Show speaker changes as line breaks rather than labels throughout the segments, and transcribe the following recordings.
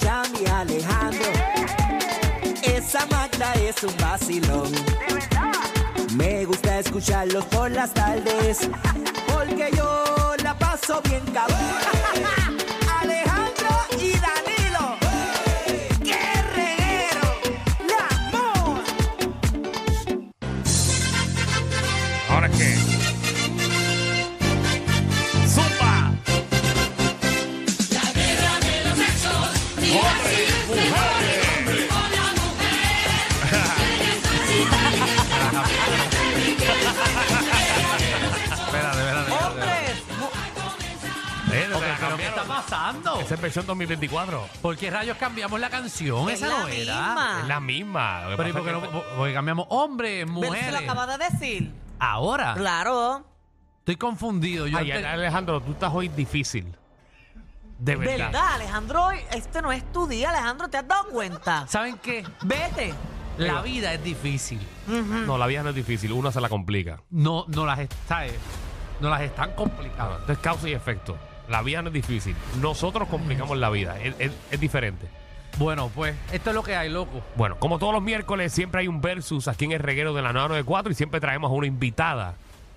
Chami Alejandro. Esa Magda es un vacilón. Me gusta escucharlos por las tardes, porque yo la paso bien cabrón. Alejandro y Danilo. ¡Qué reguero! ¡La amor!
¿Ahora qué? ¡Zumba! Espérate, espérate.
¡Hombres!
espérate.
Ok,
Espérate,
¿Pero qué está
cambiaron.
pasando?
Esa es versión 2024.
¿Por qué rayos cambiamos la canción?
Es
Esa
la
no era.
misma.
Es la misma. Lo que
Pero ¿y por
pasa
qué
es
no?
que-
Porque cambiamos hombres,
Pero se lo
mujeres.
acabas de decir.
Ahora.
Claro.
Estoy confundido. Yo
Ay,
ante-
Alejandro, tú estás hoy difícil. De verdad.
¿Verdad, Alejandro? Hoy Este no es tu día, Alejandro. ¿Te has dado cuenta?
¿Saben qué?
Vete.
La vida es difícil.
No, la vida no es difícil. Una se la complica.
No, no las está. No las están
Ah,
complicadas.
Esto es causa y efecto. La vida no es difícil. Nosotros complicamos la vida. Es, es- es diferente.
Bueno, pues, esto es lo que hay, loco.
Bueno, como todos los miércoles, siempre hay un versus aquí en el reguero de la 994 y siempre traemos a una invitada.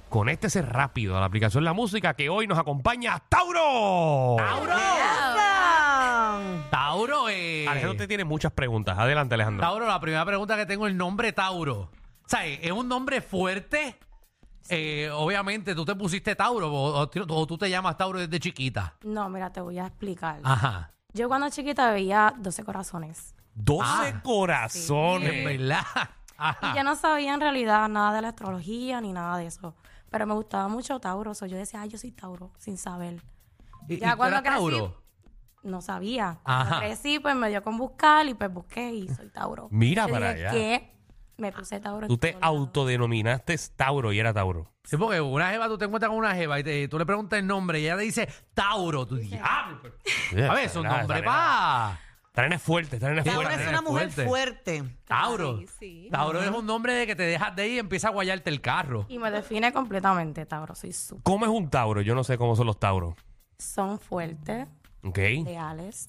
Conéctese rápido a la aplicación La Música que hoy nos acompaña Tauro.
¡Anda!
Tauro, eh.
Alejandro te tiene muchas preguntas. Adelante, Alejandro.
Tauro, la primera pregunta que tengo es el nombre Tauro. ¿Sabes? Es un nombre fuerte. Eh, obviamente, tú te pusiste Tauro o, o- o tú te llamas Tauro desde chiquita.
No, mira, te voy a explicar.
Ajá.
Yo cuando chiquita veía 12 corazones.
12
Ah,
corazones.
Es verdad. Ajá.
Y yo no sabía en realidad nada de la astrología ni nada de eso. Pero me gustaba mucho Tauro. so yo decía, ay, yo soy Tauro, sin saber.
¿Y,
ya
y tú
cuando
eras
crecí-
Tauro?
No sabía.
Ajá.
Cuando crecí, pues me dio con buscar y pues busqué y soy Tauro.
Mira
Yo
para
dije,
allá.
¿Qué? Me puse Tauro. en
Tú te
todos lados.
autodenominaste Tauro y era Tauro.
Sí, porque una jeva, tú te encuentras con una jeva y te- tú le preguntas el nombre y ella te dice Tauro. Tú dices, "Diablo, pero- A ver, es un
Esa
nombre
nena-
pa.
Esta nena es fuerte, esta nena es
Tauro
fuerte.
es una mujer
fuerte.
fuerte.
Tauro.
Ay, sí.
Tauro es un nombre de que te dejas de ir y empieza a guayarte el carro.
Y me define completamente Tauro. Soy su-
¿Cómo es un Tauro? Yo no sé cómo son los Tauros.
Son fuertes,
¿Ok?
leales,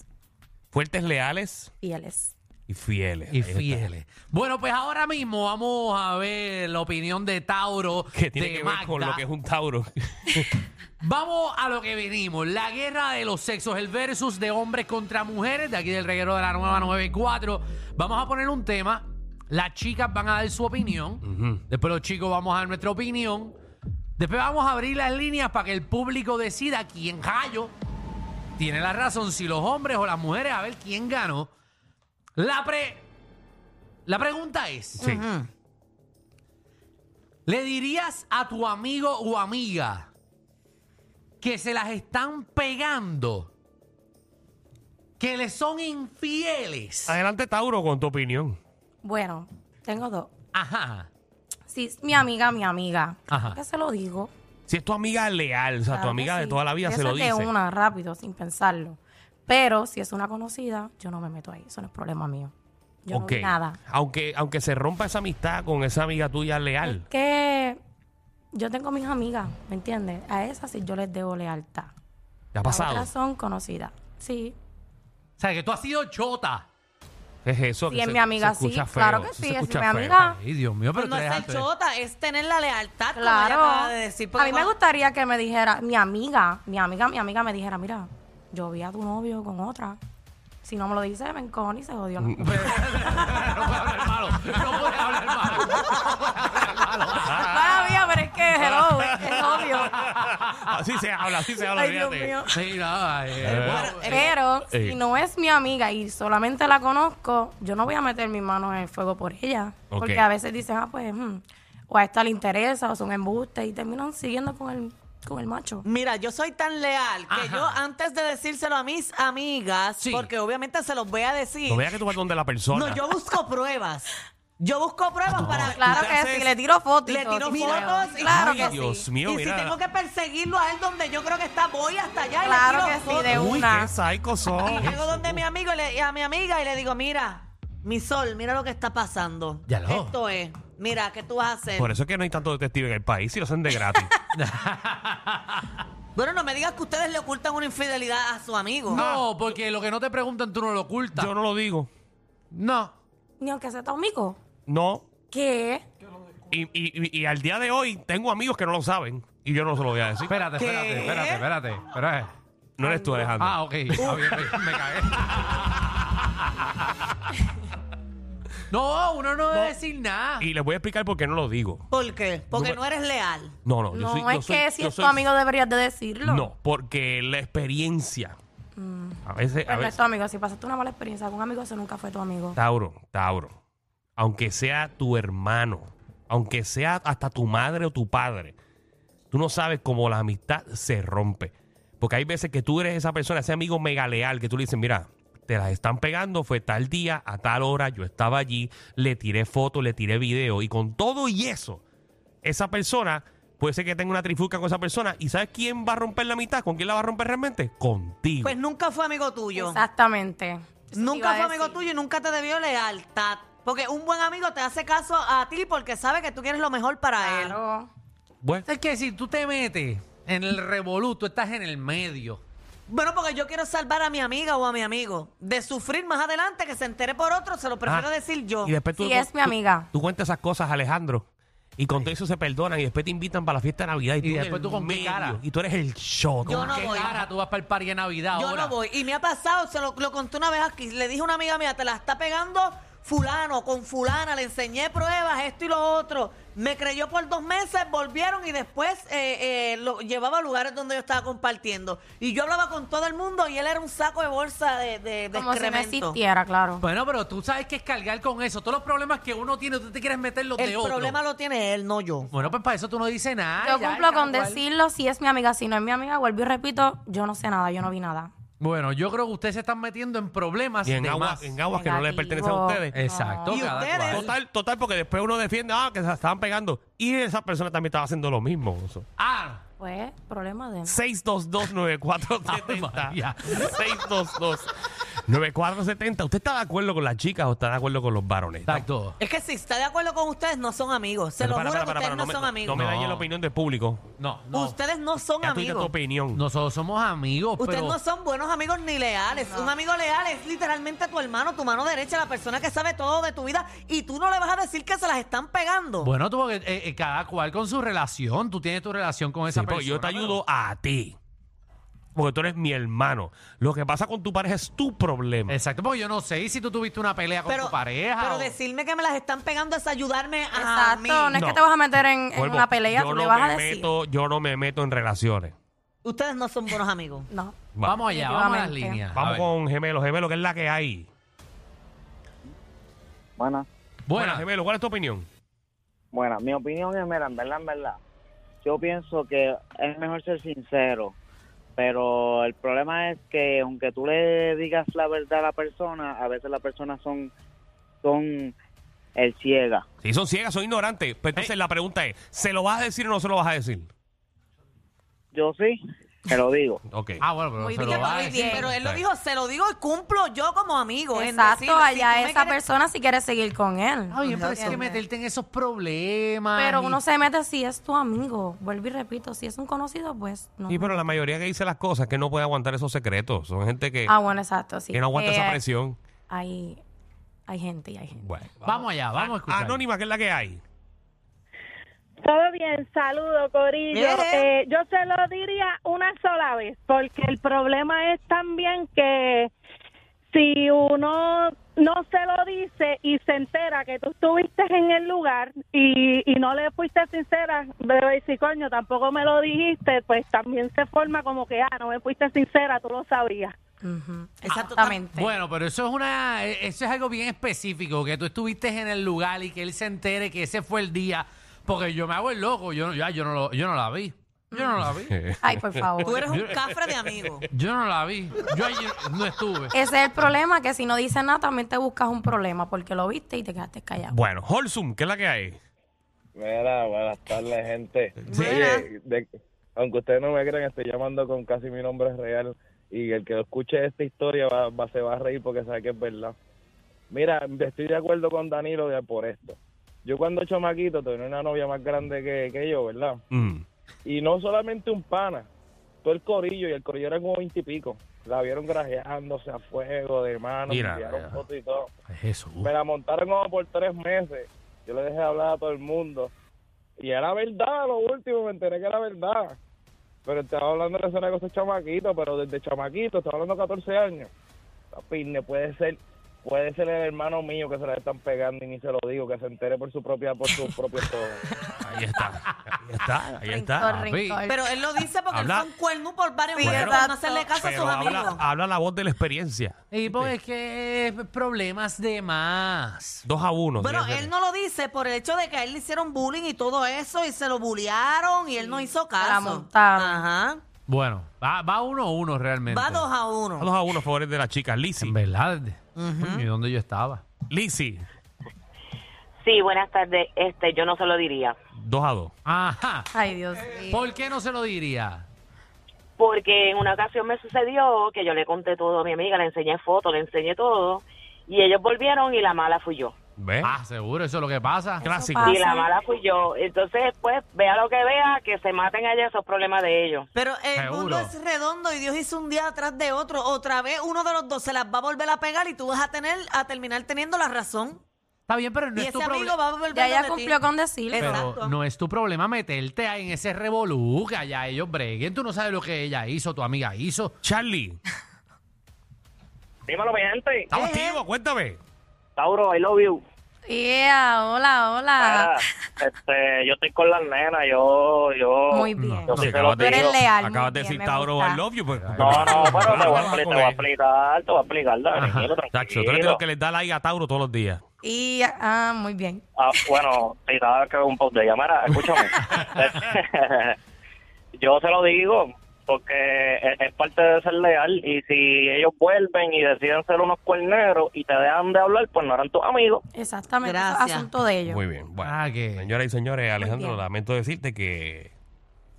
Fuertes, leales
fieles.
y fieles.
Y
Ahí está.
fieles. Bueno, pues ahora mismo vamos a ver la opinión de Tauro.
Que tiene
de
que ver con
Magda.
lo que es un Tauro.
Vamos a lo que venimos. La guerra de los sexos, el versus de hombres contra mujeres, de aquí del reguero de la nueva 94. Vamos a poner un tema. Las chicas van a dar su opinión. Después los chicos vamos a dar nuestra opinión. Después vamos a abrir las líneas para que el público decida quién rayo tiene la razón, si los hombres o las mujeres, a ver quién ganó. La pre... La pregunta es...
Sí.
¿Le dirías a tu amigo o amiga que se las están pegando? Que le son infieles.
Adelante, Tauro, con tu opinión.
Bueno, tengo dos.
Ajá.
Si es mi amiga, mi amiga.
Ajá.
Que se lo digo.
Si es tu amiga leal, o sea, tu
Claro que
amiga de
sí.
toda la vida,
Yo
se lo
saqué
dice.
una rápido, sin pensarlo. Pero si es una conocida, yo no me meto ahí. Eso no es problema mío. Yo
Ok.
no vi nada.
Aunque, aunque se rompa esa amistad con esa amiga tuya
Es
leal.
que yo tengo mis amigas, ¿me entiendes? A esas sí yo les debo lealtad.
¿Te ha
Las
pasado?
otras son conocidas. Sí.
O sea, que tú has sido chota.
Es eso.
Si
que
es
se-
mi amiga,
se
sí.
escucha feo,
Claro que
se
sí. Es mi
escucha feo.
amiga.
Ay, Dios mío, pero
Pero Ah. Pues
tú
no
eres
es ser
alto.
chota, es tener la lealtad, como ella acaba
Claro.
de decir. pues,
a
porque
mí me
cuando-
gustaría que me dijera, mi amiga, mi amiga, mi amiga me dijera, mira, yo vi a tu novio con otra. Si no me lo dice, me encojono y se jodió. la
No puedes hablar malo.
cosa".
No puedes hablar malo.
Maravilla, pero es que, hello, es que es obvio.
Así se habla, así se habla.
Ay, Dios
fíjate.
mío.
Sí, nada, eh,
Pero-
bueno,
Pero
eh.
si no es mi amiga y solamente la conozco, yo no voy a meter mis manos en el fuego por ella.
Ok.
Porque a veces dicen, ah, pues, hmm, o a esta le interesa, o son embustes, y terminan siguiendo con el, con el macho.
Mira, yo soy tan leal que
Ajá.
yo antes de decírselo a mis amigas,
Sí.
porque obviamente se los voy a decir.
No vea que tú vas donde la persona.
No, yo busco pruebas. Yo busco pruebas para.
Claro
te
que
haces-
sí, le tiro fotos. y
Le
todo,
tiro
sí,
fotos y-
Claro
Ay,
que
Dios
sí.
mío,
y
mira.
si tengo que perseguirlo a él donde yo creo que está, voy hasta allá y
Claro
le
que
tiro
sí,
fotos.
de
Uy,
una.
qué psycho
Y
son.
llego donde mi amigo y le- y a mi amiga y le digo, mira, mi sol, mira lo que está pasando.
Ya lo.
Esto es. Mira, ¿qué tú vas a hacer?
Por eso es que no hay tanto detective en el país y lo hacen de gratis.
Bueno, no me digas que ustedes le ocultan una infidelidad a su amigo.
No, porque lo que no te preguntan tú no lo ocultas.
Yo no lo digo.
No.
Ni aunque sea tu amigo.
No.
¿Qué?
Y, y- y- y al día de hoy tengo amigos que no lo saben y yo no se lo voy a decir.
Espérate,
¿Qué?
espérate, espérate, espérate, espérate.
No eres tú, Alejandro.
Ah, ok. Está bien, me- me cagué. No, uno no debe decir nada.
Y les voy a explicar por qué no lo digo.
¿Por qué? Porque
No me-
no eres leal.
No, no. yo
No
soy- yo
es
soy-
que si
yo
es tu
soy-
amigo deberías de decirlo.
No, porque la experiencia.
Mm.
A veces, a
Pero Pues no es
veces.
tu amigo. Si pasaste una mala experiencia con un amigo, eso nunca fue tu amigo.
Tauro, Tauro. Aunque sea tu hermano, aunque sea hasta tu madre o tu padre, tú no sabes cómo la amistad se rompe. Porque hay veces que tú eres esa persona, ese amigo mega leal, que tú le dices, mira, te las están pegando, fue tal día, a tal hora, yo estaba allí, le tiré fotos, le tiré video, y con todo y eso, esa persona puede ser que tenga una trifulca con esa persona, y ¿sabes quién va a romper la mitad? ¿Con quién la va a romper realmente? Contigo.
Pues nunca fue amigo tuyo.
Exactamente. Eso te iba
Nunca
a
fue amigo
decir.
tuyo y nunca te debió lealtad. Porque un buen amigo te hace caso a ti porque sabe que tú quieres lo mejor para él.
Claro.
Bueno,
Es que si tú te metes en el revoluto, estás en el medio.
Bueno, porque yo quiero salvar a mi amiga o a mi amigo de sufrir más adelante que se entere por otro, se lo prefiero
Ah,
decir yo.
Y después tú,
Sí,
tú-
es mi amiga.
Tú, cuentas esas cosas, Alejandro. Y con todo eso se perdonan y después te invitan para la fiesta de Navidad. Y,
Y
en
después
el
tú con qué
medio,
cara.
Y tú eres el shot.
Yo no
¿Qué
voy.
cara tú vas para el party de Navidad
Yo
ahora?
no voy. Y me ha pasado, se lo, lo conté una vez aquí. Le dije a una amiga mía, te la está pegando fulano con fulana. Le enseñé pruebas, esto y lo otro. Me creyó por dos meses, volvieron y después eh, eh, lo llevaba a lugares donde yo estaba compartiendo. Y yo hablaba con todo el mundo y él era un saco de bolsa de, de, de
Como si no
excremento.
existiera, claro.
Bueno, pero tú sabes que es cargar con eso. Todos los problemas que uno tiene, tú te quieres meter los
el
de otro.
problema lo tiene él, no yo.
Bueno, pues para eso tú no dices nada.
Yo
ya,
cumplo
cada
con
cual.
decirlo si es mi amiga. Si no es mi amiga, vuelvo y repito, yo no sé nada, yo no vi nada.
Bueno, yo creo que ustedes se están metiendo en problemas
y en,
de
agua-
más.
en aguas que no le
Negativo.
pertenecen a ustedes.
Exacto.
Y
cada
ustedes-
cual.
Total, total, porque después uno defiende ah, que se la estaban pegando. Y esa persona también estaba haciendo lo mismo. Oso.
Ah,
Pues, problema de él.
622-9470.
María.
622-9470. ¿Usted está de acuerdo con las chicas o está de acuerdo con los varones?
exacto.
Es que si está de acuerdo con ustedes, no son amigos. Se
Pero
lo
para,
juro
para,
que
para,
ustedes
para,
no,
me-
son amigos.
No me dañe
No.
la opinión del público.
No, no.
Ustedes no son
Ya tú dices tu
amigos.
opinión.
Nosotros somos amigos,
Ustedes
pero...
no son buenos amigos ni leales. Un amigo leal es literalmente tu hermano, tu mano derecha, la persona que sabe todo de tu vida y tú no le vas a decir que se las están pegando.
Bueno, tú, porque eh, eh, cada cual con su relación. Tú tienes tu relación con esa
Sí,
persona.
porque yo te ayudo a ti. Porque tú eres mi hermano. Lo que pasa con tu pareja es tu problema.
pero- Exacto, porque yo no sé si tú tuviste una pelea con tu pareja.
pero
o-
decirme que me las están pegando es ayudarme a mí.
Exacto, no es
No.
que te vas a meter en, en
Vuelvo,
una pelea,
yo
tú
no
le vas
me
a decir.
Meto, yo no me meto en relaciones.
Ustedes no son buenos amigos.
No.
Va.
Vamos allá, vamos a las
Definitivamente.
líneas. A
Vamos
ver.
con gemelo, gemelo, que es la que hay.
Buena,
Bueno,
Buena.
gemelo, ¿cuál es tu opinión?
buena. Mi opinión es, mira, en verdad, en verdad, yo pienso que es mejor ser sincero, pero el problema es que aunque tú le digas la verdad a la persona, a veces las personas son, son eh, el ciega.
Si son ciegas, son ignorantes. Pero entonces la pregunta es, ¿se lo vas a decir o no se lo vas a decir?
Yo sí, te lo digo.
Ok.
Ah, bueno, pero
Muy
se
bien,
lo va a
muy
Muy
decir.
bien, pero él lo dijo, se lo digo y cumplo yo como amigo. en decir,
Exacto,
si
allá
tú me
esa
quieres-
persona si quiere seguir con él.
Está bien, pero es
Exacto.
que meterte en esos problemas.
Pero
y-
uno se mete si es tu amigo. Vuelvo y repito, si es un conocido, pues no.
Sí, pero la mayoría que dice las cosas que no puede aguantar esos secretos. Son gente que,
Ah, bueno, exacto, sí.
que no aguanta
Eh,
esa presión.
Hay, hay gente y hay gente.
Bueno,
Vamos allá,
Ah,
vamos a escuchar.
Anónima, que es la que hay.
Todo bien, saludo Corillo.
Bien.
Eh, yo se lo diría una sola vez, porque el problema es también que si uno no se lo dice y se entera que tú estuviste en el lugar y, y no le fuiste sincera, pero decir, coño, tampoco me lo dijiste, pues también se forma como que, ah, no me fuiste sincera, tú lo sabías.
Ujú,
Exacto,
Exactamente.
Bueno, pero eso es una, e, eso es algo bien específico, que tú estuviste en el lugar y que él se entere que ese fue el día, porque yo me hago el loco, yo, no- ya, yo, no, lo- yo no la vi, yo no la vi,
Ay, por
Tú
favor.
eres un cafre de amigo.
yo no la vi, yo allí no estuve.
Ese es el problema, que si no dices nada, también te buscas un problema porque lo viste y te quedaste callado.
Bueno, Holsum, ¿qué es la que hay?
Mira, buenas tardes, gente.
Sí.
Oye, de- aunque ustedes no me crean, estoy llamando con casi mi nombre real y el que escuche esta historia va, va- se va a reír porque sabe que es verdad. Mira, estoy de acuerdo con Danilo de- por esto. Yo cuando chamaquito tenía una novia más grande que, que yo, ¿verdad?
Mm.
Y no solamente un pana, todo el corillo, y el corillo era como 20 y pico. La vieron grajeándose a fuego de mano,
Mira,
me tiraron
ya.
fotos y todo.
Jesús.
uh.
Me la montaron como por tres meses. Yo le dejé de hablar a todo el mundo. Y era verdad, lo último, me enteré que era verdad. Pero estaba hablando de ese negocio chamaquito, pero desde chamaquito, estaba hablando de 14 años. La Pirne puede ser puede ser el hermano mío que se la están pegando y ni se lo digo, que se entere por su propia por sus propios ojos.
Ahí está. Ahí está. Ahí
Rincón,
está.
papi.
rincón.
Pero él lo dice porque
Habla.
él fue un cuerno por varios
Sí,
meses
Bueno,
para no hacerle caso a sus
Pero habla,
amigos.
habla la voz de la experiencia.
Y pues es que problemas de más.
Dos a uno.
Bueno,
tiene que ser.
él no lo dice por el hecho de que a él le hicieron bullying y todo eso, y se lo bullearon y él no hizo caso.
la montaron.
Ajá.
Bueno, va, va uno a uno realmente.
Va dos a uno.
A Dos a uno a favor de la chica. Lizzy.
En verdad.
Ujú.
¿Y dónde yo estaba?
Lizzy.
Sí, buenas tardes. Este, yo no se lo diría.
Dos a dos.
Ajá.
Ay, Dios
Eh,
mío.
¿Por qué no se lo diría?
Porque en una ocasión me sucedió que yo le conté todo a mi amiga, le enseñé fotos, le enseñé todo. Y ellos volvieron y la mala fui yo.
¿Ves?
Ah, seguro, eso es lo que pasa.
Clásico.
pasa.
Y la mala fui yo. Entonces, pues, vea lo que vea, que se maten allá, esos problemas de ellos.
Pero el
Seguro.
mundo es redondo y Dios hizo un día atrás de otro. Otra vez uno de los dos se las va a volver a pegar y tú vas a tener a terminar teniendo la razón.
Está bien, pero no
y
es tu
ese amigo
problema.
va a volver
Ya ella
donde ti.
cumplió con decirle.
Pero-
Pero
Exacto.
no es tu problema meterte ahí en ese revolú, que allá ellos breguen. Tú no sabes lo que ella hizo, tu amiga hizo.
Charlie.
Dímelo, mi gente.
Eh,
Estamos activos. Cuéntame.
Tauro, I love you.
Yeah, hola, hola.
este, yo estoy con las nenas, yo, yo...
Muy bien.
no.
Sí,
sé,
acabas de
pero tú eres
decir-
leal, muy
Mm, Acabas de
bien,
decir
eh, me
Tauro,
gusta.
I love you. pues-
No, no, bueno, te voy a
Vamos
explicar, te
con
voy a
él.
explicar, te voy a explicar, dale,
Ajá.
tranquilo,
Tacho, tú eres de
tranquilo.
los que les da like a Tauro todos los días.
Y, ah, muy bien.
Ah, bueno, te estaba que un poco de llamar, escúchame. Yo se lo digo porque es, es parte de ser leal y si ellos vuelven y deciden ser unos cuerneros y te dejan de hablar, pues no eran tus amigos.
Exactamente.
Gracias.
Eso es asunto de ellos.
Muy bien. Bueno,
Ah, que-
señoras y señores, Alejandro,
bien.
lamento decirte que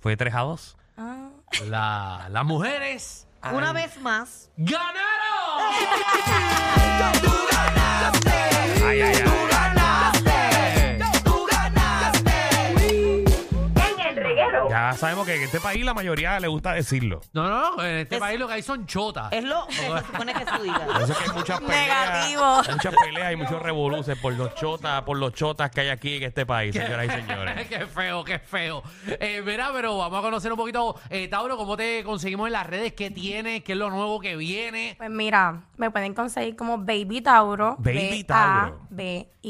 fue 3 a 2.
Ah.
La- las mujeres
Una vez más.
ganaron.
Ay, ay, ay. Ya sabemos que en este país la mayoría le gusta decirlo.
No, no, no, en este
Es- Eh.
país lo que hay son chotas.
Es lo que se supone que tú
Por
digas.
eso es que hay muchas peleas.
Negativo.
Muchas peleas y muchos revoluces por los chotas, por los chotas que hay aquí en este país, señoras y señores.
qué feo, qué feo. Eh, mira, pero vamos a conocer un poquito, eh, Tauro, cómo te conseguimos en las redes, qué tienes, qué es lo nuevo que viene.
Pues mira, me pueden conseguir como Baby Tauro.
Baby Tauro.
B-A-B-Y-T-A-U-P-R.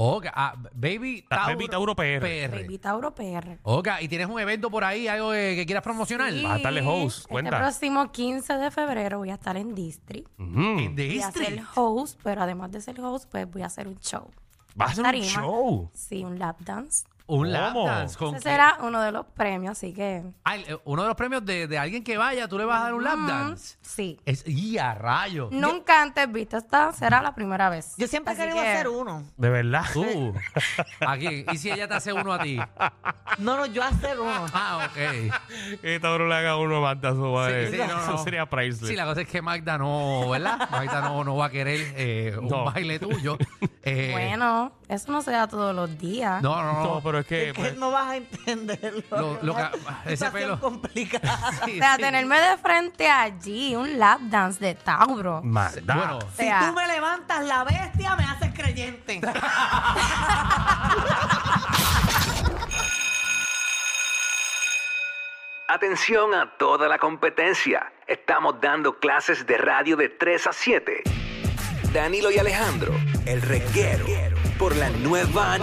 Ok, ah, Baby
Ta-
Tauro,
Baby Tauro PR.
Baby Tauro PR.
Ok, y tienes un evento por ahí, algo eh, que quieras promocionar.
Y
Vas a estarle host, cuenta.
El próximo 15 de febrero voy a estar en District.
Ujú.
Voy a
Dijiste.
ser host, pero además de ser host, pues voy a hacer un show.
Va a ser un
Tarima.
show.
Sí, un lap dance.
Un lap
¿Cómo?
dance con
Ese
quién?
será uno de los premios, así que.
Ah, el- eh, uno de los premios de, de alguien que vaya, tú le vas a dar un lap dance.
Sí.
Es, y a rayo.
Nunca antes visto esta, será la primera vez.
Yo siempre he
Así
querido
que-
hacer uno.
De verdad.
Tú. Aquí. ¿Y si ella te hace uno a ti?
No, no, yo hacer uno.
Ah, ok.
Que Tauro le haga uno más a su madre.
Sí, sí, no,
Pues, Eso
no.
sería priceless.
Sí, la cosa es que Magda no, ¿verdad? Magda no, no va a querer eh, un
No.
baile tuyo. Eh,
Bueno, eso no se da todos los días.
No, no, no.
No, pero es que...
Que
pues,
no vas a entenderlo.
Eh. Lo- lo
Una
que- ese
situación
pelo.
complicada.
Sí,
O sea,
sí.
tenerme de frente allí, un lap dance de Tauro.
Magda.
Bueno,
O
Si
sea,
tú me levantas la bestia, me haces creyente.
Atención a toda la competencia. Estamos dando clases de radio de 3 a 7. Danilo y Alejandro, el reguero, por la nueva